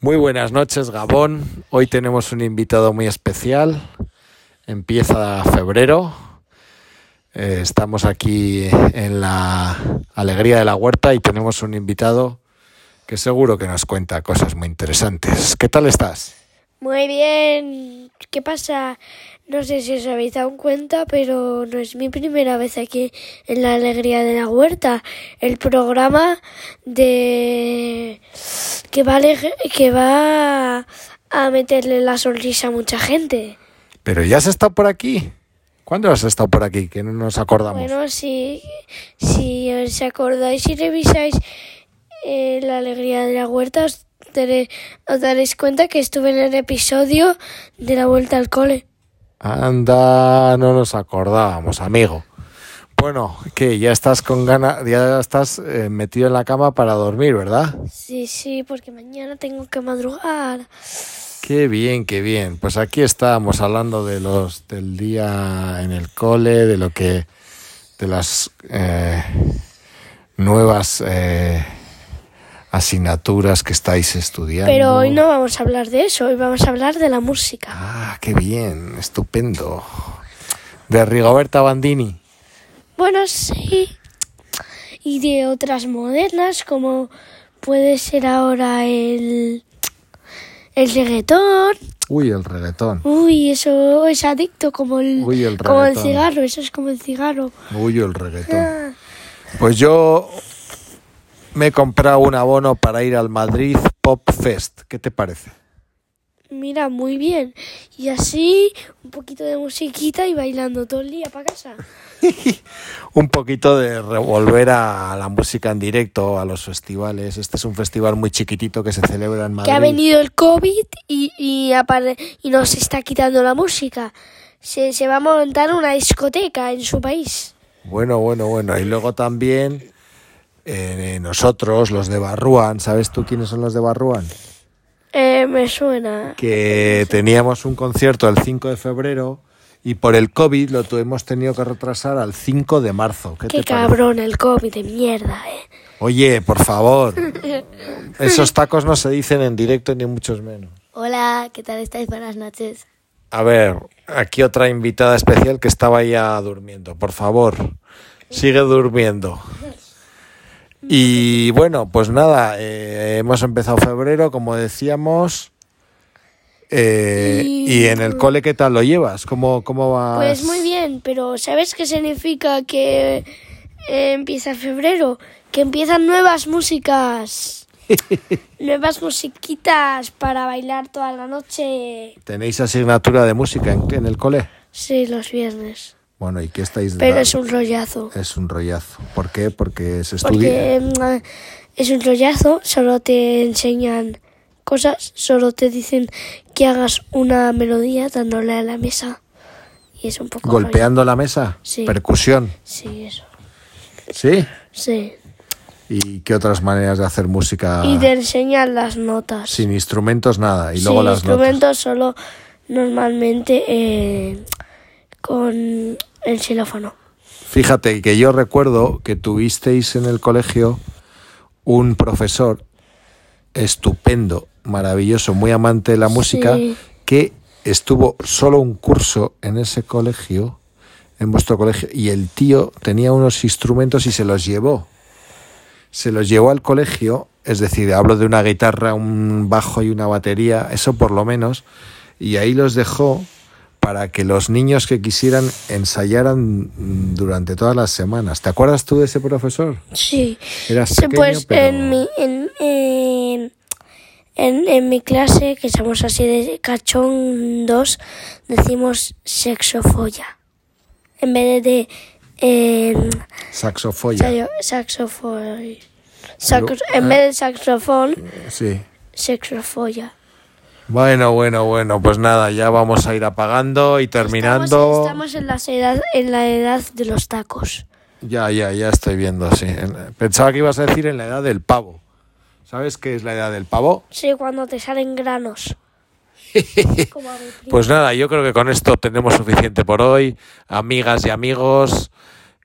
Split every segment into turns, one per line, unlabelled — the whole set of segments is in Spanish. Muy buenas noches, Gabón. Hoy tenemos un invitado muy especial. Empieza febrero. Eh, estamos aquí en la Alegría de la Huerta y tenemos un invitado que seguro que nos cuenta cosas muy interesantes. ¿Qué tal estás?
Muy bien. ¿Qué pasa? No sé si os habéis dado cuenta, pero no es mi primera vez aquí en la Alegría de la Huerta, el programa de que va a, aleg- que va a meterle la sonrisa a mucha gente.
Pero ya has estado por aquí. ¿Cuándo has estado por aquí? Que no nos acordamos.
Bueno, si, si os acordáis y revisáis eh, la alegría de la huerta, os, daré- os daréis cuenta que estuve en el episodio de la vuelta al cole.
Anda, no nos acordábamos, amigo. Bueno, que ya estás con ganas, ya estás eh, metido en la cama para dormir, ¿verdad?
Sí, sí, porque mañana tengo que madrugar.
Qué bien, qué bien. Pues aquí estábamos hablando de los del día en el cole, de lo que de las eh, nuevas eh, asignaturas que estáis estudiando.
Pero hoy no vamos a hablar de eso, hoy vamos a hablar de la música.
Ah, qué bien, estupendo. De Rigoberta Bandini.
Bueno, sí. Y de otras modernas, como puede ser ahora el, el reggaetón.
Uy, el reggaetón.
Uy, eso es adicto como el,
Uy, el
como el
reggaetón.
cigarro, eso es como el cigarro.
Uy, el reggaetón. Pues yo me he comprado un abono para ir al Madrid Pop Fest. ¿Qué te parece?
Mira, muy bien. Y así, un poquito de musiquita y bailando todo el día para casa.
un poquito de revolver a la música en directo, a los festivales. Este es un festival muy chiquitito que se celebra en Madrid.
Que ha venido el COVID y, y, apare- y nos está quitando la música. Se, se va a montar una discoteca en su país.
Bueno, bueno, bueno. Y luego también eh, nosotros, los de Barruan, ¿sabes tú quiénes son los de Barruan?
Eh, me suena.
Que teníamos un concierto el 5 de febrero y por el COVID lo tu- hemos tenido que retrasar al 5 de marzo. ¿Qué,
Qué
te parece?
cabrón el COVID de mierda, eh.
Oye, por favor. Esos tacos no se dicen en directo ni muchos menos.
Hola, ¿qué tal estáis? Buenas noches.
A ver, aquí otra invitada especial que estaba ya durmiendo. Por favor, sigue durmiendo. Y bueno, pues nada, eh, hemos empezado febrero, como decíamos. Eh, y... en el cole qué tal lo llevas? ¿Cómo, cómo vas?
Pues muy bien, pero ¿sabes qué significa que eh, empieza febrero? Que empiezan nuevas músicas. nuevas musiquitas para bailar toda la noche.
¿Tenéis asignatura de música en, en el cole?
Sí, los viernes.
Bueno, ¿y qué estáis
Pero
da-
es un rollazo.
es un rollazo. ¿Por qué? Porque se estudia.
Porque mm, es un rollazo, solo te enseñan cosas, solo te dicen que hagas una melodía dándole a la mesa. Y es un poco... rollo.
Golpeando la mesa.
Sí.
Percusión.
Sí, eso.
Sí.
Sí.
¿Y qué otras maneras de hacer música?
Y te enseñan las notas.
Sin instrumentos nada. Ah. Y
Sí,
luego las
instrumentos solo normalmente eh, con el xilófono.
notas. Fíjate que yo recuerdo que tuvisteis en el colegio un profesor estupendo, maravilloso, muy amante de la música,
Sí.
que estuvo solo un curso en ese colegio, en vuestro colegio, y el tío tenía unos instrumentos y se los llevó. Se los llevó al colegio, es decir, hablo de una guitarra, un bajo y una batería, eso por lo menos, y ahí los dejó para que los niños que quisieran ensayaran mm, durante todas las semanas. ¿Te acuerdas tú de ese profesor?
Sí.
Eras
Sí,
pequeño,
pues
pero-
en, mi, en, en, en- en mi clase, que somos así de cachondos, decimos sexofolla. En vez de... eh,
Saxofolla.
sayo- saxofón. Sax-
ah.
en vez de saxofón,
Sí.
sexofolla.
Bueno, bueno, bueno, pues nada, ya vamos a ir apagando y terminando.
Estamos, estamos en, las edad, en la edad de los tacos.
Ya, ya, ya estoy viendo, sí. En- Pensaba que ibas a decir en la edad del pavo. ¿Sabes qué es la edad del pavo?
Sí, cuando te salen granos. Como a mi primo.
Pues nada, yo creo que con esto tenemos suficiente por hoy. Amigas y amigos,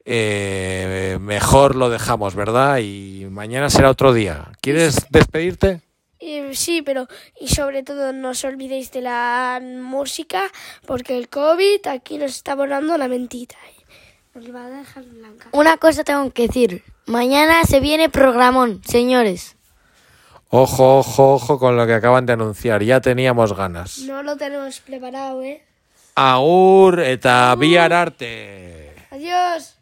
eh, mejor lo dejamos, ¿verdad? Y mañana será otro día. ¿Quieres despedirte?
Eh, sí, pero y sobre todo no os olvidéis de la música porque el COVID aquí nos está volando la mentita. eh. Nos va a dejar blanca.
Una cosa tengo que decir. Mañana se viene programón, señores.
Ojo, ojo, ojo con lo que acaban de anunciar. Ya teníamos ganas.
No lo tenemos preparado, ¿eh?
Agur eta bihar arte.
Adiós.